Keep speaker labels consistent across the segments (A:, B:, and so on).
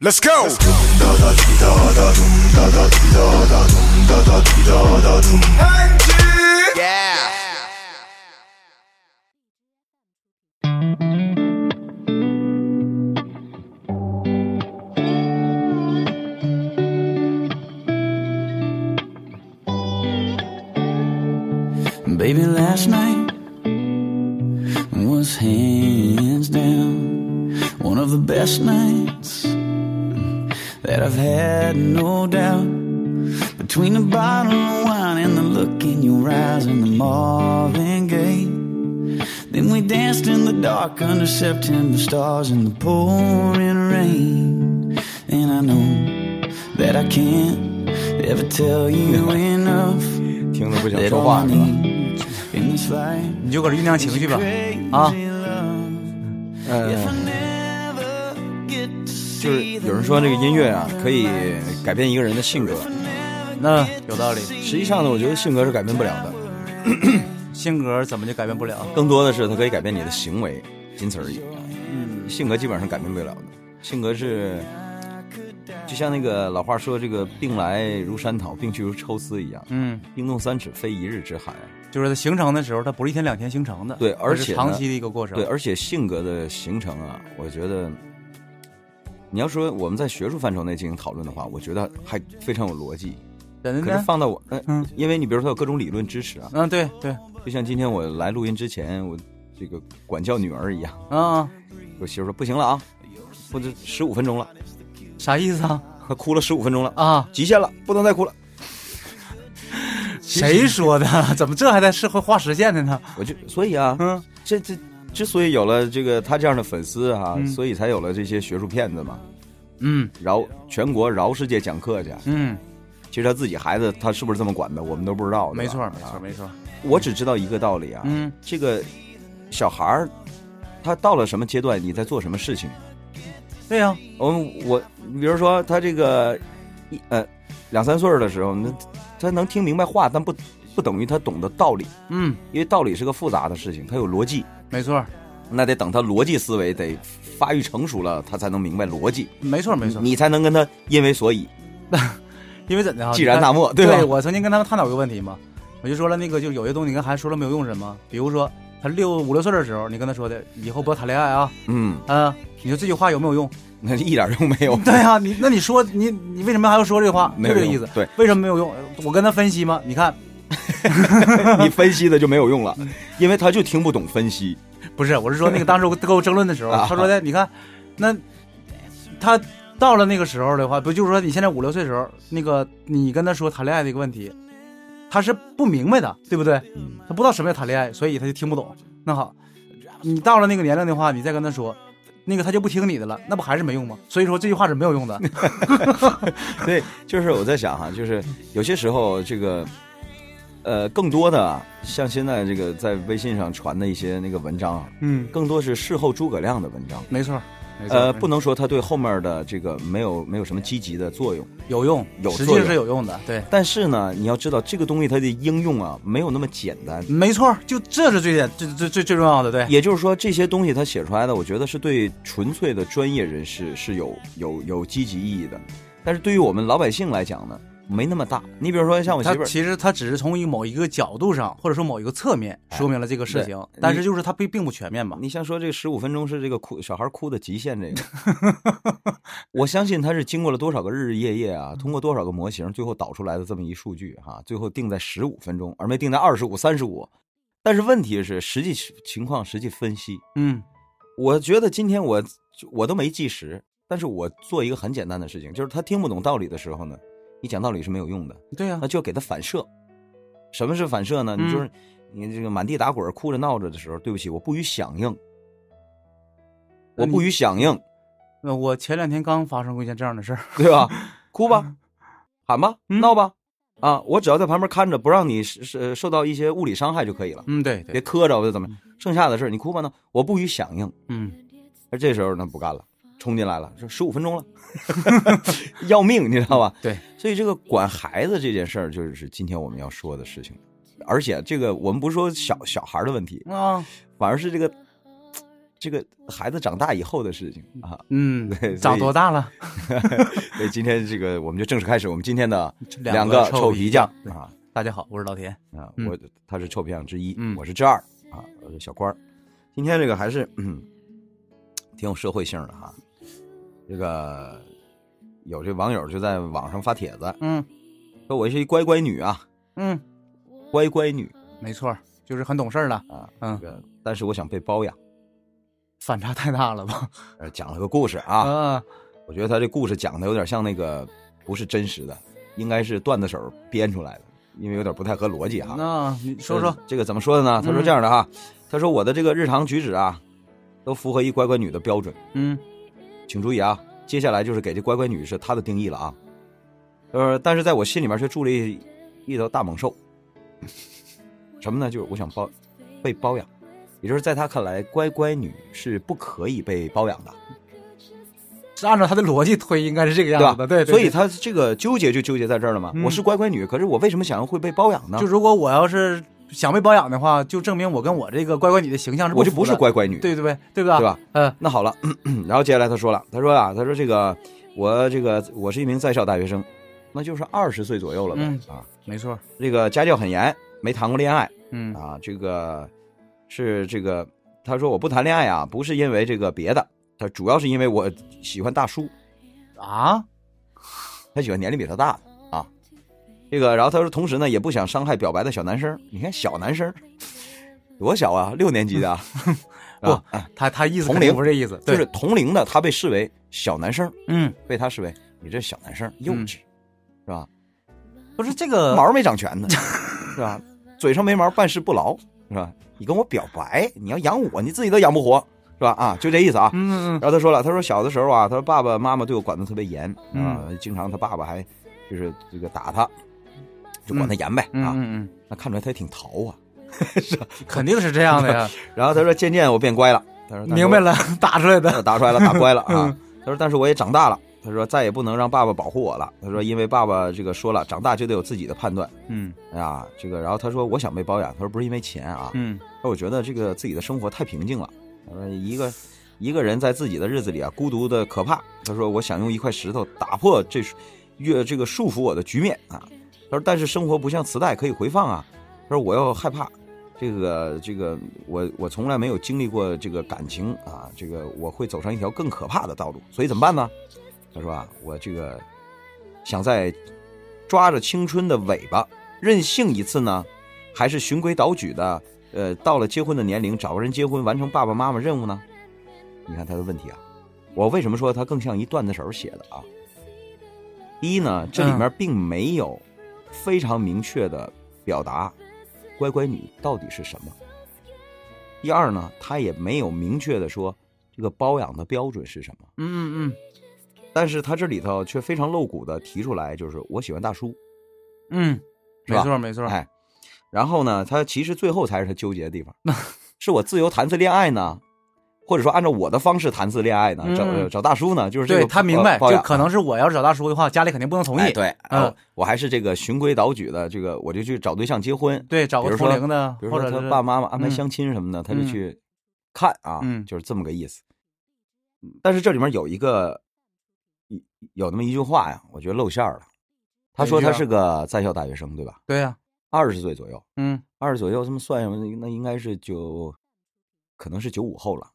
A: Let's go. Yeah.
B: Baby, last night was hands down one of the best nights that I've had, no doubt. Between the bottle of wine and the look in your eyes and the Marvin Gaye. Then we danced in the dark under September stars in the pouring rain. And I know that I can't ever tell you enough
C: 听着不想
B: that
C: 说
B: all
C: 话
B: I
C: 是吧？
B: need in this life
C: 你就搁这酝酿情绪吧。啊，呃，就是有人说这个音乐啊，可以改变一个人的性格。
D: 那有道理，
C: 实际上呢，我觉得性格是改变不了的，
D: 性格怎么就改变不了？
C: 更多的是它可以改变你的行为，仅此而已。嗯，性格基本上改变不了的，性格是。就像那个老话说，这个病来如山倒，病去如抽丝一样。
D: 嗯，
C: 冰冻三尺，非一日之寒。啊
D: 就是它形成的时候，它不是一天两天形成的，
C: 对而
D: 它是
C: 且呢
D: 长期的一个过程。
C: 对，而且性格的形成啊，我觉得，你要说我们在学术范畴内进行讨论的话，我觉得还非常有逻辑。
D: 真
C: 可是
D: 的，
C: 放到我，呃、
D: 嗯
C: 因为你比如说有各种理论支持啊，
D: 嗯，对对，
C: 就像今天我来录音之前，我这个管教女儿一样，
D: 啊，
C: 我媳妇说不行了啊，不这十五分钟了，
D: 啥意思啊？
C: 她哭了十五分钟了，
D: 啊，
C: 极限了，不能再哭了。
D: 谁说的？ 怎么这还在是会画实现的呢？
C: 我就所以啊，
D: 嗯，
C: 这这之所以有了这个她这样的粉丝啊，
D: 嗯
C: 所以才有了这些学术骗子嘛，
D: 嗯
C: 饶全国饶世界讲课去。
D: 嗯，
C: 其实他自己孩子他是不是这么管的，我们都不知道。对吧
D: 没错没
C: 啊
D: 错没错，
C: 我只知道一个道理啊，
D: 嗯，
C: 这个小孩儿他到了什么阶段，你在做什么事情。
D: 对呀、
C: 嗯，我比如说他这个一呃两三岁儿的时候，那他能听明白话，但不不等于他懂得道理，
D: 嗯，
C: 因为道理是个复杂的事情，他有逻辑，
D: 没错
C: 那得等他逻辑思维得发育成熟了，他才能明白逻辑，
D: 没错没错，
C: 你才能跟他因为所以
D: 因为怎的啊？
C: 既然
D: 你看
C: 大漠，
D: 对
C: 吧？
D: 我曾经跟他们探讨过个问题嘛，我就说了那个，就是有些东西你跟孩子说了没有用是什么，比如说他六五六岁的时候，你跟他说的以后不要谈恋爱啊，
C: 嗯，
D: 啊，你说这句话有没有用？
C: 那一点用没有，
D: 对呀、你那你说你你为什么还要说这话？
C: 没
D: 就
C: 有
D: 这个
C: 用
D: 意思。
C: 对，
D: 为什么没有用？我跟他分析嘛，你看
C: 你分析的就没有用了，因为他就听不懂分析。
D: 不是，我是说那个当时我跟我争论的时候，
C: 啊
D: 他说的，你看，那他到了那个时候的话，不就是说你现在五六岁时候，那个你跟他说谈恋爱的一个问题，他是不明白的，对不对？
C: 嗯
D: 他不知道什么叫谈恋爱，所以他就听不懂。那好，你到了那个年龄的话，你再跟他说。那个他就不听你的了，那不还是没用吗？所以说这句话是没有用 的。
C: 对，就是我在想哈、就是有些时候这个，呃，更多的啊，像现在这个在微信上传的一些那个文章啊，
D: 嗯，
C: 更多是事后诸葛亮的文章。
D: 没错，没错
C: 呃，不能说他对后面的这个没有没有什么积极的作用，
D: 有用，
C: 有
D: 实
C: 作
D: 际
C: 用
D: 是有用的，对。
C: 但是呢，你要知道这个东西它的应用啊，没有那么简单。
D: 没错，就这是最点最最最最重要的， 对，
C: 也就是说，这些东西它写出来的，我觉得是对纯粹的专业人士是有有有积极意义的，但是对于我们老百姓来讲呢，没那么大。你比如说像我媳
D: 他
C: 妇儿，
D: 其实他只是从一某一个角度上，或者说某一个侧面说明了这个事情，
C: 哎对
D: 但是就是他并并不全面嘛。
C: 你像说这十五分钟是这个哭小孩哭的极限，这个，我相信他是经过了多少个日日夜夜啊，通过多少个模型，最后导出来的这么一数据哈、最后定在十五分钟，而没定在二十五、三十五。但是问题是，实际情况实际分析，
D: 嗯
C: 我觉得今天我我都没计时，但是我做一个很简单的事情，就是他听不懂道理的时候呢，你讲道理是没有用的，
D: 对呀、
C: 那就要给他反射。什么是反射呢？
D: 嗯
C: 你就是你这个满地打滚、哭着闹着的时候，对不起，我不予响应，
D: 那
C: 我
D: 你
C: 不予响应，
D: 那我前两天刚发生过一件这样的事儿，
C: 对吧？哭吧，喊吧，
D: 嗯
C: 闹吧，啊，我只要在旁边看着，不让你是是受到一些物理伤害就可以了，
D: 嗯，对
C: 别
D: 对，
C: 磕着或者怎么样。剩下的事儿你哭吧呢，我不予响应。
D: 嗯，
C: 而这时候呢，不干了，冲进来了，说十五分钟了， 要命，你知道吧？
D: 对，
C: 所以这个管孩子这件事儿，就是今天我们要说的事情。而且这个我们不是说小小孩儿的问题，
D: 啊，
C: 反而是这个这个孩子长大以后的事情啊。
D: 嗯
C: 对所，以
D: 长多大 了？
C: 所以今天这个我们就正式开始我们今天的
D: 两
C: 个
D: 个
C: 臭
D: 臭
C: 皮
D: 皮
C: 匠
D: 匠对
C: 啊
D: 大家好，我是老田。
C: 啊，
D: 嗯
C: 我他是臭皮匠之一，
D: 嗯
C: 我是之二啊，我是小官儿。今天这个还是 嗯，挺有社会性的哈。这个有这网友就在网上发帖子
D: 嗯
C: 说，我是一乖乖女啊，
D: 嗯，
C: 乖乖女
D: 没错，就是很懂事儿了。
C: 啊，这
D: 嗯，
C: 个但是我想被包养。
D: 反差太大了吧？
C: 呃，讲了个故事啊，
D: 啊，
C: 我觉得他这故事讲的有点像那个不是真实的，应该是段子手编出来的，因为有点不太合逻辑哈。
D: 那你说说，
C: 这个怎么说的呢？他说
D: 嗯
C: 这样的哈，他说我的这个日常举止啊，都符合一乖乖女的标准，
D: 嗯
C: 请注意啊，接下来就是给这乖乖女是她的定义了啊。呃，但是在我心里面却住了一一头大猛兽，什么呢？就是我想包被包养，也就是在他看来，乖乖女是不可以被包养的，
D: 是按照他的逻辑推，应该是这个样子？的。
C: 吧
D: 对，对
C: 所以
D: 对
C: 他这个纠结就纠结在这儿了嘛。
D: 嗯
C: 我是乖乖女，可是我为什么想要会被包养呢？
D: 就如果我要是想被包养的话，就证明我跟我这个乖乖女的形象是
C: 我就
D: 符
C: 不是
D: 的，
C: 乖乖女，
D: 对对呗，对吧？
C: 对吧？
D: 嗯
C: 那好了， 然后接下来他说了，他说啊，他说这个我这个我是一名在校大学生，那就是二十岁左右了呗、
D: 嗯
C: 啊。
D: 没错，
C: 这个家教很严，没谈过恋爱
D: 嗯
C: 啊。这个是这个，他说我不谈恋爱啊，不是因为这个别的，他主要是因为我喜欢大叔，
D: 啊，
C: 他喜欢年龄比他大的啊。这个，然后他说，同时呢，也不想伤害表白的小男生。你看，小男生多小啊，六年级 的啊，
D: 不
C: 啊
D: 他他意思
C: 同
D: 肯定
C: 龄
D: 不是这意思，
C: 就
D: 对
C: 是同龄的，他被视为小男生。
D: 嗯，
C: 被他视为你这小男生幼稚，是吧？
D: 不是这个
C: 毛没长全呢， 是吧？嘴上没毛，办事不牢，是吧？你跟我表白，你要养我，你自己都养不活，是吧？啊，就这意思啊。
D: 嗯嗯
C: 然后他说了，他说小的时候啊，他说爸爸妈妈对我管的特别严
D: 嗯
C: 啊，经常他爸爸还就是这个打他，就管他严呗、
D: 嗯
C: 啊。
D: 嗯嗯，
C: 那看出来他也挺淘啊。
D: 肯定是这样 的呀，
C: 然后他说渐渐我变乖了，他说
D: 明白
C: 了，
D: 了， 打出来 的，
C: 打出来了，打乖了啊。他说但是我也长大了。他说：“再也不能让爸爸保护我了。”他说：“因为爸爸这个说了，长大就得有自己的判断，
D: 嗯
C: 啊，这个，然后他说我想被包养，他说不是因为钱啊，
D: 嗯
C: 他说我觉得这个自己的生活太平静了，他说一个一个人在自己的日子里啊，孤独的可怕。他说我想用一块石头打破这越这个束缚我的局面啊。他说但是生活不像磁带可以回放啊，他说我要害怕。这个这个，我我从来没有经历过这个感情啊，这个我会走上一条更可怕的道路，所以怎么办呢？他说啊，我这个想在抓着青春的尾巴任性一次呢，还是循规蹈矩的？呃，到了结婚的年龄，找个人结婚，完成爸爸妈妈任务呢？你看他的问题啊，我为什么说他更像一段子手写的啊？第一呢，这里面并没有非常明确的表达乖乖女到底是什么。第二呢，他也没有明确的说这个包养的标准是什么。
D: 嗯嗯
C: 但是他这里头却非常露骨的提出来，就是我喜欢大叔，
D: 嗯，
C: 是
D: 没
C: 吧
D: 错没错，
C: 哎，然后呢，他其实最后才是他纠结的地方，是我自由谈次恋爱呢，或者说按照我的方式谈次恋爱呢，找
D: 嗯
C: 找大叔呢，就是这
D: 对
C: 个
D: 他
C: 包
D: 明白，
C: 包
D: 就
C: 养
D: 可能是我要是找大叔的话，家里肯定不能同
C: 哎
D: 意，
C: 对，
D: 嗯
C: 然后我还是这个循规蹈矩的，这个我就去找对象结婚，
D: 对，找
C: 比
D: 个
C: 如说
D: 同龄的，
C: 比如
D: 或
C: 说
D: 者
C: 他
D: 是
C: 爸爸妈妈安排
D: 嗯
C: 相亲什么的，他就
D: 嗯
C: 去看啊，
D: 嗯
C: 就是这么个意思。但是这里面有一个一有那么一句话呀，我觉得露馅儿了。他
D: 哪
C: 说
D: 句
C: 他
D: 啊
C: 是个在校大学生，对吧？
D: 对呀，
C: 二十岁左右，
D: 嗯，
C: 二十左右这么算什么？那应该是九，可能是九五 后了，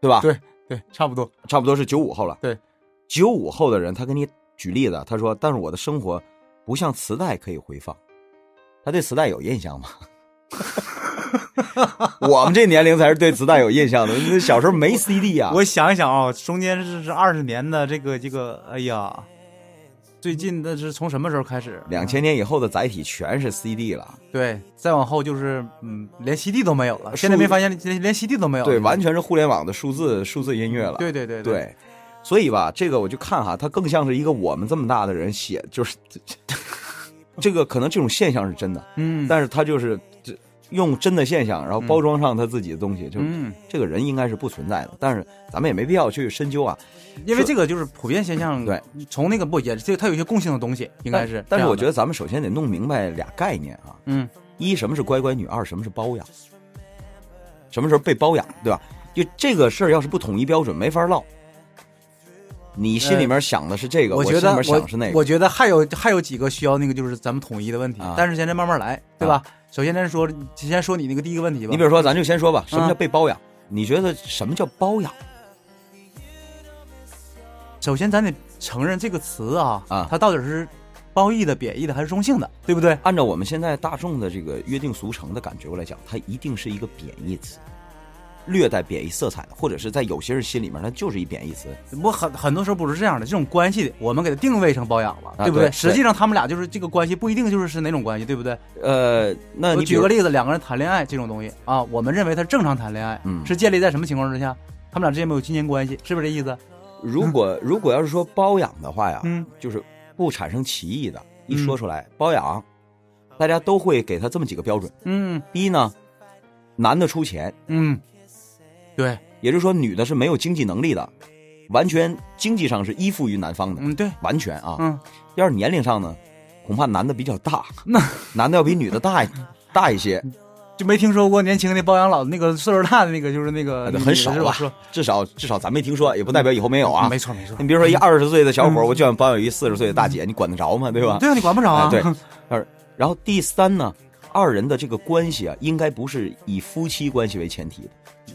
C: 对吧？，
D: 对对，差不多，
C: 差不多是九五后了。
D: 对，
C: 九五后的人，他给你举例子，他说：“但是我的生活不像磁带可以回放。”他对磁带有 印象吗？我们这年龄才是对磁带有印象的，那小时候没 CD 啊。
D: 我想一想啊，中间是是二十年的这个这个，哎呀，最近的是从什么时候开始？
C: 两千年以后的载体全是 CD 了，
D: 对，再往后就是嗯，连 CD 都没有了。
C: 数
D: 现在没发现连连 CD 都没有了，
C: 对，完全是互联网的数字数字音乐了。
D: 对对对对，
C: 对，所以吧，这个我就看哈，它更像是一个我们这么大的人写，就是 这个可能这种现象是真的，
D: 嗯，
C: 但是他就是这用真的现象，然后包装上他自己的东西，就
D: 嗯，
C: 这个人应该是不存在的，但是咱们也没必要去深究啊。
D: 因为这个就是普遍现象，
C: 对，
D: 从那个不也这个它有一些共性的东西，应该是
C: 但，但是我觉
D: 这样的，
C: 得咱们首先得弄明白俩概念啊，
D: 嗯
C: 一什么是乖乖女，二什么是包养。什么时候被包养，对吧？就这个事儿，要是不统一标准，没法唠。你心里面想的是这个，我
D: 觉
C: 心
D: 得
C: 里面想
D: 我
C: 的是那个。
D: 我觉得还有还有几个需要那个就是咱们统一的问题
C: 啊，
D: 但是现在慢慢来，对吧？首先咱说，先说你那个第一个问题吧
C: 你比。如说，咱就先说吧，什么叫
D: 啊
C: 被包养？你觉得什么叫包养？
D: 首先咱得承认这个词啊
C: 啊，
D: 它到底是褒义的、贬义的还是中性的，对不对？
C: 按照我们现在大众的这个约定俗成的感觉来讲，它一定是一个贬义词，略带贬义色彩的，或者是在有些人心里面，它就是一贬义词。
D: 我很很多时候不是这样的，这种关系我们给它定位成包养了，
C: 啊
D: 对不
C: 对
D: 实际上他们俩就是这个关系不一定就是是哪种关系，对不对？
C: 呃，那
D: 我
C: 你比
D: 举
C: 如
D: 个例子，两个人谈恋爱这种东西啊，我们认为他正常谈恋爱，
C: 嗯
D: 是建立在什么情况之下？他们俩之间没有亲情关系，是不是这意思？
C: 如果如果要是说包养的话呀，
D: 嗯
C: 就是不产生歧义的，一
D: 嗯
C: 说出来、包养，大家都会给他这么几个标准：
D: 嗯
C: 第一呢，男的出钱，
D: 嗯，对，
C: 也就是说女的是没有经济能力的，完全经济上是依附于男方的，
D: 嗯对，
C: 完全啊。
D: 嗯
C: 要是年龄上呢，恐怕男的比较大，男的要比女 的大一大一些，
D: 就没听说过年轻的包养老那个岁数大的那个就是那
C: 呃
D: 个
C: 很少
D: 是吧？
C: 吧
D: 说？嗯
C: 至少至少咱没听说，也不代表以后没有啊。
D: 没错没错
C: 你，比如说一二十岁的小伙儿，我就想包养一四十岁的大姐，你管得着吗？对吧？
D: 嗯对啊，你管不着
C: 啊，
D: 啊，
C: 对，二，然后第三呢，二人的这个关系啊，应该不是以夫妻关系为前提的。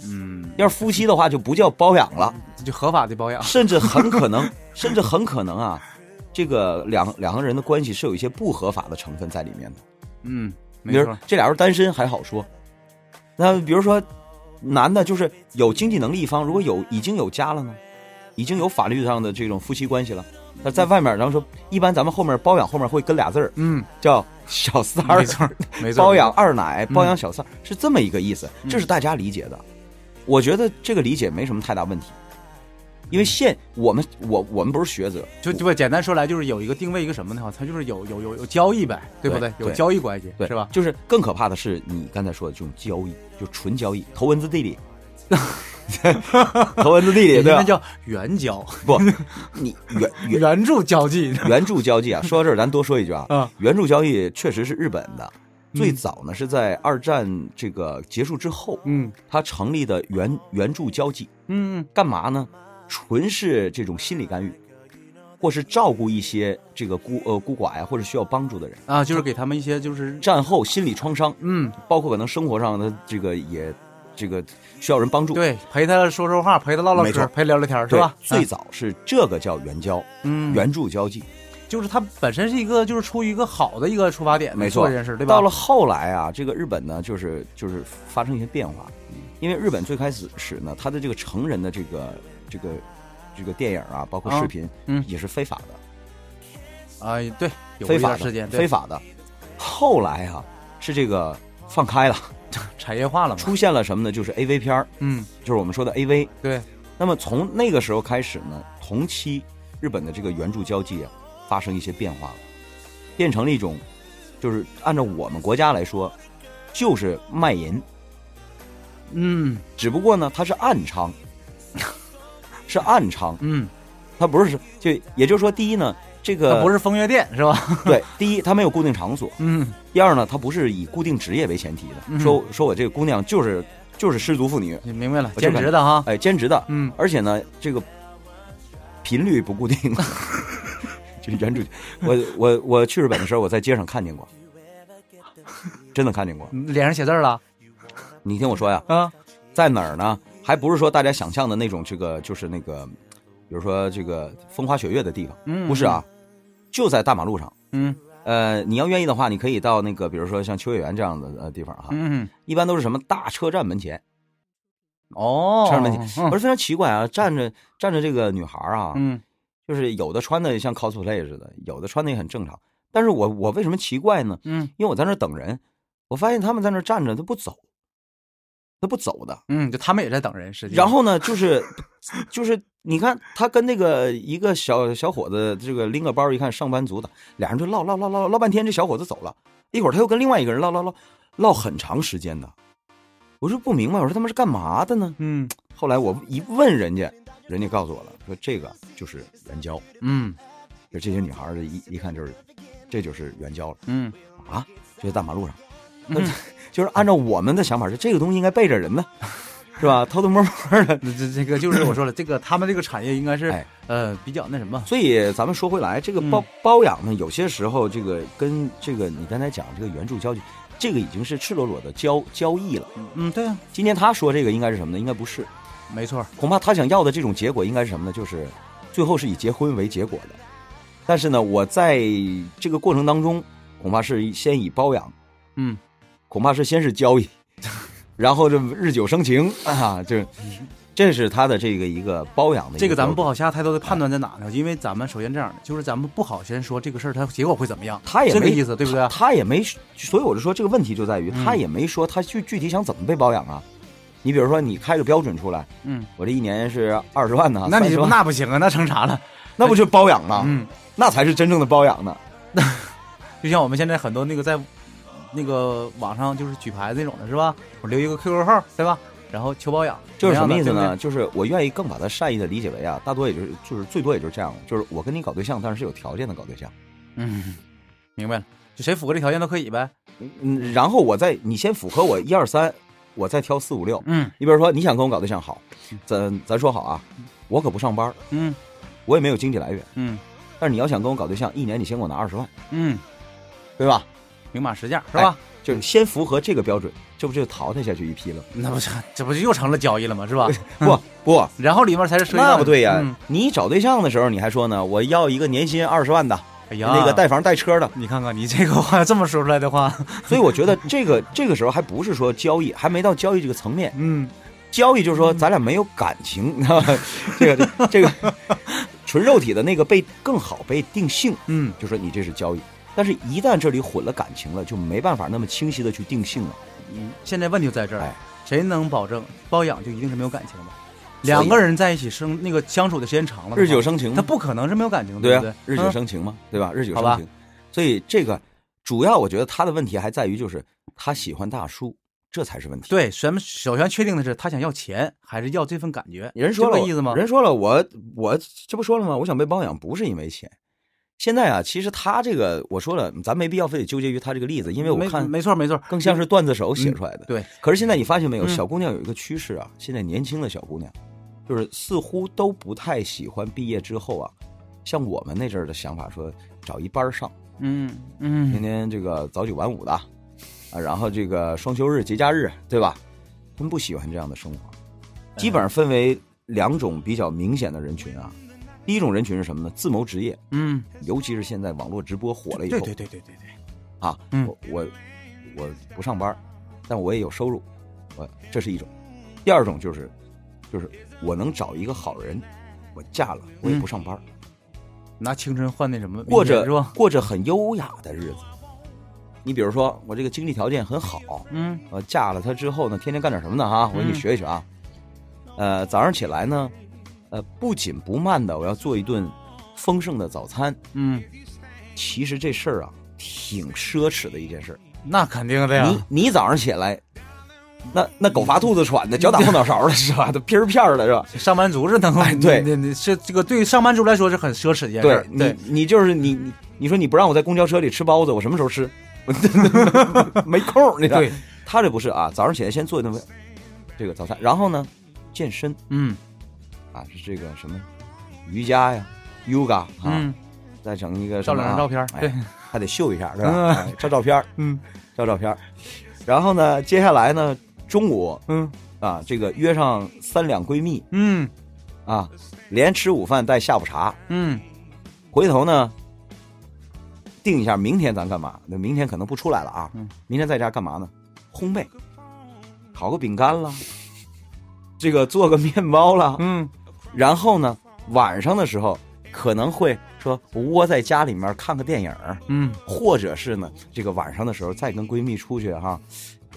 C: 嗯，要是夫妻的话，就不叫包养了，
D: 就合法的包养，
C: 甚至很 可能，甚至很可能啊，这个两两个人的关系是有一些不合法的成分在里面的。
D: 嗯，
C: 比
D: 没
C: 如
D: 错，
C: 这俩人单身还好说，那比如说男的就是有经济能力一方，如果有已经有家了呢，已经有法律上的这种夫妻关系了。那在外面，然后说，一般咱们后面包养后面会跟俩字儿，
D: 嗯，
C: 叫小三儿
D: 没，错没错，
C: 包养二奶、
D: 嗯
C: 包养小三儿、是这么一个意思，这是大家理解的。我觉得这个理解没什么太大问题，因为现我们我我们不是学者，
D: 就就简单说来就是有一个定位一个什么呢？它就是有有有有交易呗，对不
C: 对
D: 有
C: 对
D: 交易关系
C: 对
D: 是吧？
C: 就是更可怕的是你刚才说的这种交易，就纯交易，头文字 D 里，头文字 D 里
D: 人
C: 对啊吧
D: 家？叫援交，
C: 不，你原原
D: 援助交际，
C: 原著交际啊，说到这儿咱多说一句啊
D: 啊，
C: 原著交易确实是日本的，
D: 嗯
C: 最早呢是在二战这个结束之后，
D: 嗯
C: 他成立的原原著交际，
D: 嗯
C: 干嘛呢？纯是这种心理干预，或是照顾一些这个孤呃孤寡呀，或者需要帮助的人。
D: 啊，就是给他们一些就是
C: 战后心理创伤，
D: 嗯，
C: 包括可能生活上的这个也这个需要人帮助，
D: 对，陪他说说话，陪他唠唠
C: 没错
D: 嗑，陪他聊聊天儿是
C: 对
D: 吧？
C: 最
D: 啊
C: 早是这个叫援交，
D: 嗯，
C: 援助交际，
D: 就是他本身是一个就是出于一个好的一个出发点，
C: 没
D: 做
C: 错
D: 这件事对吧？
C: 到了后来啊，这个日本呢，就是就是发生一些变化，
D: 嗯
C: 因为日本最开始始呢，它的这个成人的这个这个这个电影啊，包括
D: 啊
C: 视频，
D: 嗯
C: 也是非法的。
D: 啊，对，有过
C: 非
D: 一
C: 法
D: 段
C: 的
D: 时间对
C: 非法的。后来啊，是这个放开了，
D: 产业化了嘛，
C: 出现了什么呢？就是 A V 片儿，
D: 嗯，
C: 就是我们说的 A V。
D: 对，
C: 那么从那个时候开始呢，同期日本的这个援助交际啊，发生一些变化了，变成了一种，就是按照我们国家来说，就是卖淫，
D: 嗯
C: 只不过呢，它是暗娼， 是暗娼，
D: 嗯，
C: 它不是就也就是说，第一呢，这
D: 它
C: 个
D: 不是风月店是吧？
C: 对，第一它没有固定场所，
D: 嗯
C: 第二呢，他不是以固定职业为前提的，
D: 嗯
C: 说说我这个姑娘就是就是失足妇女，
D: 你明白了，
C: 我就
D: 兼
C: 感
D: 职的哈，
C: 哎，兼职的，
D: 嗯
C: 而且呢，这个频率不固定， 这原主，我我我去日本的时候，我在街上看见过，真的看见过。
D: 脸上写字儿了
C: 你听我说呀，
D: 啊，
C: 在哪儿呢？还不是说大家想象的那种，这个就是那个，比如说这个风花雪月的地方，
D: 嗯
C: 不是啊，就在大马路上。
D: 嗯
C: 呃，你要愿意的话，你可以到那个，比如说像秋叶原这样的呃地方哈，
D: 嗯
C: 一般都是什么大车站门前，
D: 哦，
C: 车站门前，
D: 嗯
C: 我是非常奇怪啊，站着站着这个女孩啊，
D: 嗯
C: 就是有的穿的像 cosplay 似的，有的穿的也很正常，但是我我为什么奇怪呢？
D: 嗯
C: 因为我在那儿等人，我发现他们在那儿站着，他不走，他不走的。
D: 嗯，就他们也在等人，实际上
C: 然后呢，就是就是你看他跟那个一个小小伙子，这个拎个包一看上班族的，俩人就唠唠唠唠唠半天，这小伙子走了，一会儿他又跟另外一个人唠唠唠唠很长时间的，我就不明白，我说他们是干嘛的呢？
D: 嗯
C: 后来我一问人家，人家告诉我了，说这个就是援交，
D: 嗯
C: 就这些女孩儿的一一看就是，这就是援交了
D: 嗯
C: 啊！就在大马路上，那就是按照我们的想法是这个东西应该背着人的，是吧？偷偷摸摸的。
D: 这这这个就是我说了，这个他们这个产业应该是
C: 哎
D: 呃比较那什么，
C: 所以咱们说回来，这个包、
D: 嗯
C: 包养呢，有些时候这个跟这个你刚才讲这个援助交际，这个已经是赤裸裸的交交易了。
D: 嗯，对啊，
C: 今天他说这个应该是什么呢？应该不是，
D: 没错，
C: 恐怕他想要的这种结果应该是什么呢？就是最后是以结婚为结果的。但是呢，我在这个过程当中，恐怕是先以包养，
D: 嗯，
C: 恐怕是先是交易，然后这日久生情啊，这这是他的这个一个包养的一
D: 嗯这个咱们不
C: 标准，
D: 好下太多的判断在哪呢？因为咱们首先这样的，就是咱们不好先说这个事儿它结果会怎么样，
C: 他也
D: 这个
C: 没
D: 意思，对不对啊
C: 他？？他也没，所以我就说这个问题就在于、
D: 嗯
C: 他也没说他具具体想怎么被包养啊。你比如说，你开个标准出来，
D: 嗯，
C: 我这一年是二十万呢，
D: 那你
C: 30万
D: 那不行啊，那成啥了？
C: 那不就包养吗？
D: 嗯，
C: 那才是真正的包养呢。
D: 就像我们现在很多那个在那个网上就是举牌子那种的是吧？我留一个 QQ 号，对吧？然后求保养，
C: 就是什
D: 怎
C: 么
D: 样
C: 意
D: 的
C: 思？
D: 对
C: 呢？
D: 不对
C: 就是我愿意更把它善意的理解为啊，大多也就是就是最多也就是这样，就是我跟你搞对象，但是是有条件的搞对象。
D: 嗯，明白了，就谁符合这条件都可以呗。
C: 嗯，然后我再你先符合我一二三，我再挑四五六。
D: 嗯
C: 你比如说你想跟我搞对象好，咱咱说好啊，我可不上班，
D: 嗯
C: 我也没有经济来源，
D: 嗯
C: 但是你要想跟我搞对象，一年你先给我拿二十万，
D: 嗯，
C: 对吧？
D: 明码实价是吧？
C: 就是先符合这个标准，这不就淘汰下去一批了？
D: 那不是这不就又成了交易了吗？是 吧？
C: 不不，
D: 然后里面才是涉及到
C: 那不对呀、
D: 嗯
C: 你找对象的时候你还说呢，我要一个年薪二十万的，
D: 哎呀，
C: 那个带嗯房带车的，
D: 你看看你这个话这么说 出来的话，
C: 所以我觉得这个这个时候还不是说交易，还没到交易这个层面。
D: 嗯，
C: 交易就是说咱俩没有感情，你知道吧？这个这个纯肉体的那个被更好被定性，
D: 嗯，
C: 就说你这是交易。但是，一旦这里混了感情了，就没办法那么清晰的去定性了。
D: 现在问题就在这儿，
C: 哎
D: 谁能保证包养就一定是没有感情的？
C: 以
D: 两个人在一起生那个相处的时间长了的话，
C: 日久生情
D: 他
C: 嘛，
D: 不可能是没有感情的，
C: 对
D: 对
C: 啊
D: 不对？，
C: 日
D: 嗯
C: 久生情嘛，对吧？日久
D: 好吧
C: 生情。所以这个主要，我觉得他的问题还在于就是他喜欢大叔，这才是问题。
D: 对，咱们首先确定的是他想要钱还是要这份感觉？
C: 人说
D: 这
C: 了
D: 个意思吗？
C: 人说了我，我这不说了吗？我想被包养不是因为钱。现在啊，其实他这个我说了，咱没必要非得纠结于他这个例子，因为我
D: 没
C: 看
D: 没错没错，
C: 更像是段子手写出来的。
D: 对，
C: 可是现在你发现没有，
D: 嗯
C: 小姑娘有一个趋势啊，现在年轻的小姑娘，就是似乎都不太喜欢毕业之后啊，像我们那阵儿的想法说找一班儿上，
D: 嗯
C: 天
D: 嗯，
C: 天这个早九晚五的，啊，然后这个双休日、节假日，对吧？他们不喜欢这样的生活，
D: 嗯
C: 基本上分为两种比较明显的人群啊。第一种人群是什么呢？自谋职业，
D: 嗯，
C: 尤其是现在网络直播火了以
D: 对
C: 后，
D: 对对对对对，
C: 啊，
D: 嗯
C: 我我我不上班，但我也有收入，我这是一种。第二种就是，就是我能找一个好人，我嫁了，我也不上班，
D: 拿青春换那什么，
C: 过
D: 嗯明显是
C: 着
D: 吧？
C: 过着很优雅的日子。你比如说，我这个经济条件很好，
D: 嗯
C: 呃，嫁了她之后呢，天天干点什么呢？哈，我给你
D: 嗯
C: 学一学啊。呃，早上起来呢，呃，不紧不慢的，我要做一顿丰盛的早餐。
D: 嗯，
C: 其实这事儿啊，挺奢侈的一件事儿。
D: 那肯定的呀，
C: 你你早上起来，那那狗罚兔子喘
D: 嗯
C: 的，脚打后脑勺的是吧？ 都片儿片儿的是吧？
D: 上班族是能
C: 哎对
D: 你你你是这个对于上班族来说是很奢侈的一件事
C: 对
D: 儿，
C: 你
D: 对，
C: 你就是你你你说你不让我在公交车里吃包子，我什么时候吃？ 我没空儿，你知道
D: 对？
C: 他这不是啊，早上起来先做一顿这个早餐，然后呢，健身
D: 嗯
C: 啊，是这个什么瑜伽呀、yoga 啊，
D: 嗯，
C: 再整一个什
D: 照
C: 么
D: 两张
C: 啊
D: 照片儿，
C: 哎
D: 对，
C: 还得秀一下，是
D: 嗯
C: 吧？哎照照片儿，
D: 嗯
C: 照照片儿。然后呢，接下来呢，中午
D: 嗯
C: 啊，这个约上三两闺蜜，
D: 嗯
C: 啊，连吃午饭带下午茶，
D: 嗯，
C: 回头呢，定一下明天咱干嘛？那明天可能不出来了啊，
D: 嗯
C: 明天在家干嘛呢？烘焙，烤个饼干啦，这个做个面包啦，
D: 嗯
C: 然后呢，晚上的时候可能会说我窝在家里面看个电影儿，
D: 嗯
C: 或者是呢，这个晚上的时候再跟闺蜜出去哈，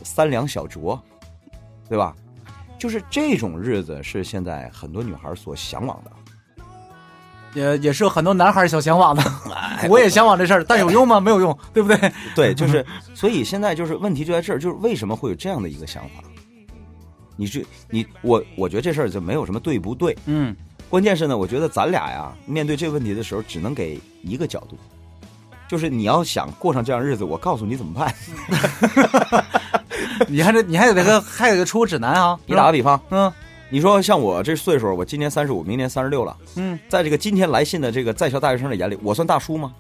C: 三两小酌，对吧？就是这种日子是现在很多女孩所向往的。
D: 也也是有很多男孩儿想向往的，
C: 哎
D: 我也向往这事儿，但有用吗？没有用，对不对？
C: 对，就是，所以现在就是问题就在这儿，就是为什么会有这样的一个想法？你这你我我觉得这事儿就没有什么对不对，
D: 嗯
C: 关键是呢，我觉得咱俩呀面对这个问题的时候，只能给一个角度，就是你要想过上这样日子，我告诉你怎么 办。
D: 你还得你还得 个还得出个指南啊，
C: 你打个
D: 比，
C: 比方，
D: 嗯
C: 你说像我这岁数，我今年三十五，明年三十六了，
D: 嗯，
C: 在这个今天来信的这个在校大学生的眼里，我算大叔吗？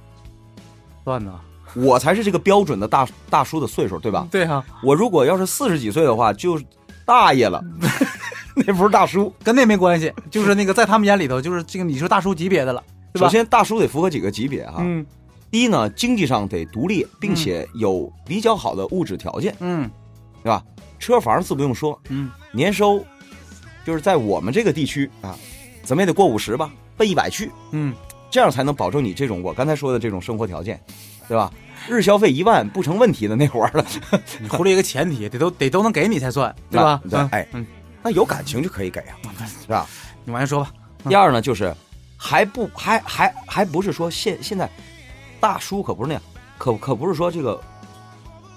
D: 算呢，
C: 我才是这个标准的大大叔的岁数，对吧？
D: 对啊，
C: 我如果要是四十几岁的话，就是大爷了， 那不是大 叔。
D: 跟那没关系，就是那个在他们眼里头，就是这个你是大叔级别的了，对吧？
C: 首，先，大叔得符合几个级别哈、
D: 嗯
C: 第一呢，经济上得独立，并且有比较好的物质条件，
D: 嗯
C: 对吧？车房自不用说，
D: 嗯，
C: 年收就是在我们这个地区啊，怎么也得过五十吧，奔一百去，
D: 嗯，
C: 这样才能保证你这种我刚才说的这种生活条件，对吧？日消费一万不成问题的那会儿了，
D: 你忽略一个前提，得都得都能给你才算， 对 吧？
C: 那
D: 嗯
C: 哎，
D: 嗯，
C: 那有感情就可以给啊， 是吧？
D: 你往下说吧，
C: 第二呢，就是还不还还还不是说现现在大叔可不是那样，可可不是说这个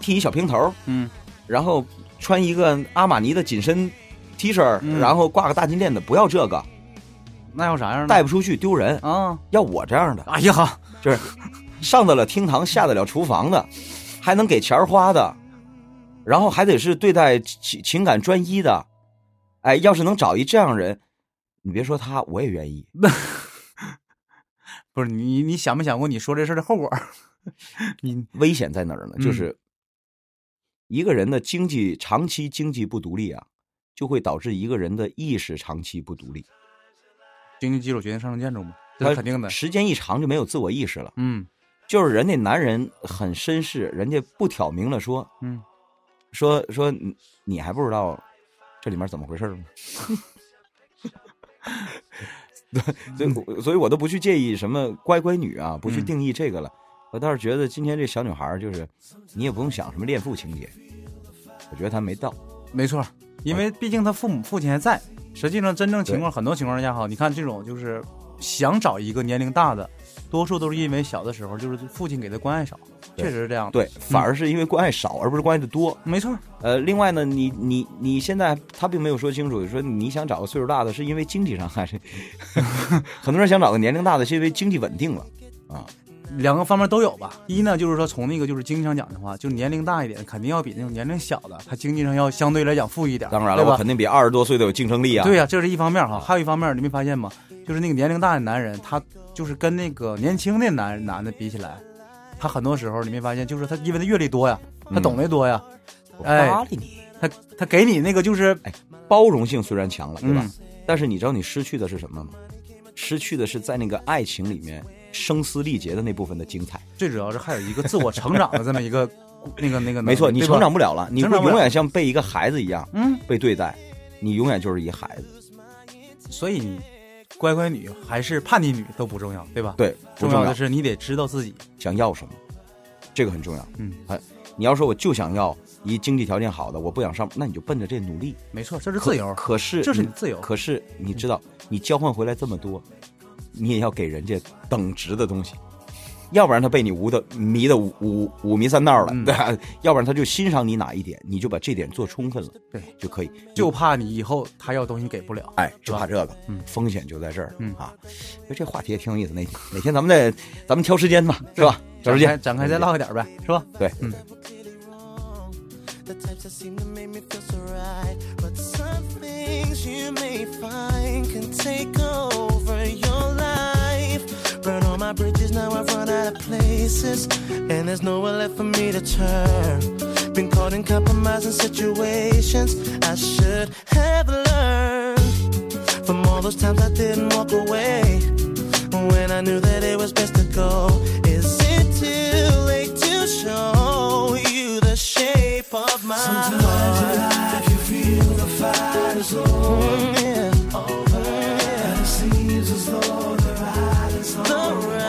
C: 剃一小平头儿，
D: 嗯
C: 然后穿一个阿玛尼的紧身 T 恤儿，
D: 嗯
C: 然后挂个大金链子，不要这个，
D: 那要啥样呢？
C: 带不出去丢人。
D: 啊，
C: 要我这样的，
D: 哎呀，
C: 就是上得了厅堂，下得了厨房的，还能给钱儿花的，然后还得是对待情情感专一的，哎，要是能找一这样人，你别说他，我也愿意。
D: 不是你，你想没想过你说这事儿的后 果？你
C: 危险在哪儿呢？
D: 嗯
C: 就是一个人的经济长期经济不独立啊，就会导致一个人的意识长期不独立。
D: 经济基础决定上层建筑嘛，这哎是肯定的。
C: 时间一长就没有自我意识了。
D: 嗯
C: 就是人家男人很绅士，人家不挑明了说
D: 嗯，
C: 说说你你还不知道这里面怎么回事吗？ 对，所以我所以我都不去介意什么乖乖女啊，不去
D: 嗯
C: 定义这个了。我倒是觉得今天这小女孩儿就是，你也不用想什么恋父情节，我觉得她没哎到。
D: 没错，因为毕竟他父母父亲还在。实际上，真正情况很多情况下哈，你看这种就是想找一个年龄大的，多数都是因为小的时候就是父亲给的关爱少，
C: 对
D: 确实是这样的。，
C: 对，反而是因为关爱少，而不是关爱的多。
D: 没错，
C: 呃，另外呢，你你你现在他并没有说清楚，说你想找个岁数大的，是因为经济上还 是很多人想找个年龄大的，是因为经济稳定了啊。
D: 两个方面都有吧。一呢，就是说从那个就是经济上讲的话，就是年龄大一点，肯定要比那种年龄小的，他经济上要相对来讲富裕一点。
C: 当然了，
D: 对
C: 我
D: 吧？
C: 肯定比二十多岁的有竞争力啊。
D: 啊对呀、这是一方面哈，还有一方面，你没发现吗？就是那个年龄大的男人，他就是跟那个年轻的男男的比起来，他很多时候你没发现，就是他因为他阅历多呀，他懂得多呀，
C: 嗯我
D: 哎
C: 搭理你，
D: 他他给你那个就是
C: 包容性虽然强了，对吧？
D: 嗯
C: 但是你知道你失去的是什么吗？失去的是在那个爱情里面声嘶力竭的那部分的精彩。
D: 最主要是还有一个自我成长的这么一个 那个那个能力，
C: 没错，你
D: 嗯对吧
C: 成长，不了了，你
D: 成
C: 会
D: 长不
C: 永
D: 了
C: 远像被一个孩子一样
D: 嗯，
C: 被对待，你永远就是一孩子。
D: 所以你乖乖女还是叛逆女都不重要，对吧？，
C: 对，不
D: 重
C: 重
D: 要
C: 要
D: 的是你得知道自己，
C: 想要什么，这个很重要。
D: 嗯，
C: 哎，你要说我就想要一经济条件好的，我不想上，那你就奔着这努力，
D: 没错，这是
C: 可
D: 自由，
C: 可是
D: 哦这是你自由嗯
C: 可是你知道，你交换回来这么多，你也要给人家等值的东西，要不然他被你无的迷的五五五迷三道了，
D: 嗯
C: 对吧？要不然他就欣赏你哪一点，你就把这点做充分了，
D: 对
C: 就可以。
D: 就怕你以后他要东西给不了，
C: 哎，
D: 是
C: 就
D: 吧
C: 怕这个，
D: 嗯
C: 风险就在这儿，
D: 嗯
C: 啊，就这话题也挺有意思，哪哪天咱们再咱们挑时间吧，是吧？挑时
D: 展开
C: 间
D: 展开再，唠一点呗，是吧？
C: 对，
D: 嗯
E: The types that seem to make me feel so right. But some things you may find can take over your life. Burn all my bridges, now I've run out of places. And there's nowhere left for me to turn. Been caught in compromising situations. I should have learned from all those times I didn't walk away. When I knew that it was best to go, is it too late to show you the shape of my heart? Mm, Sometimes in life you feel the fight is over, and it seems as though the ride is on. The ride is on.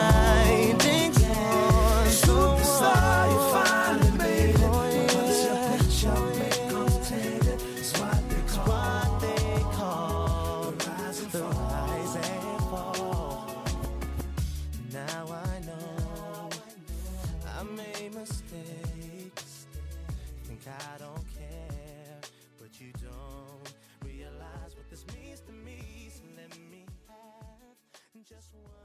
E: Superstar, you finally made it. Once your picture becomes tainted, it's what they call, the rise and rise and fall. Now I know I made mistakes. Think I don't care, but you don't realize what this means to me. So let me have just one.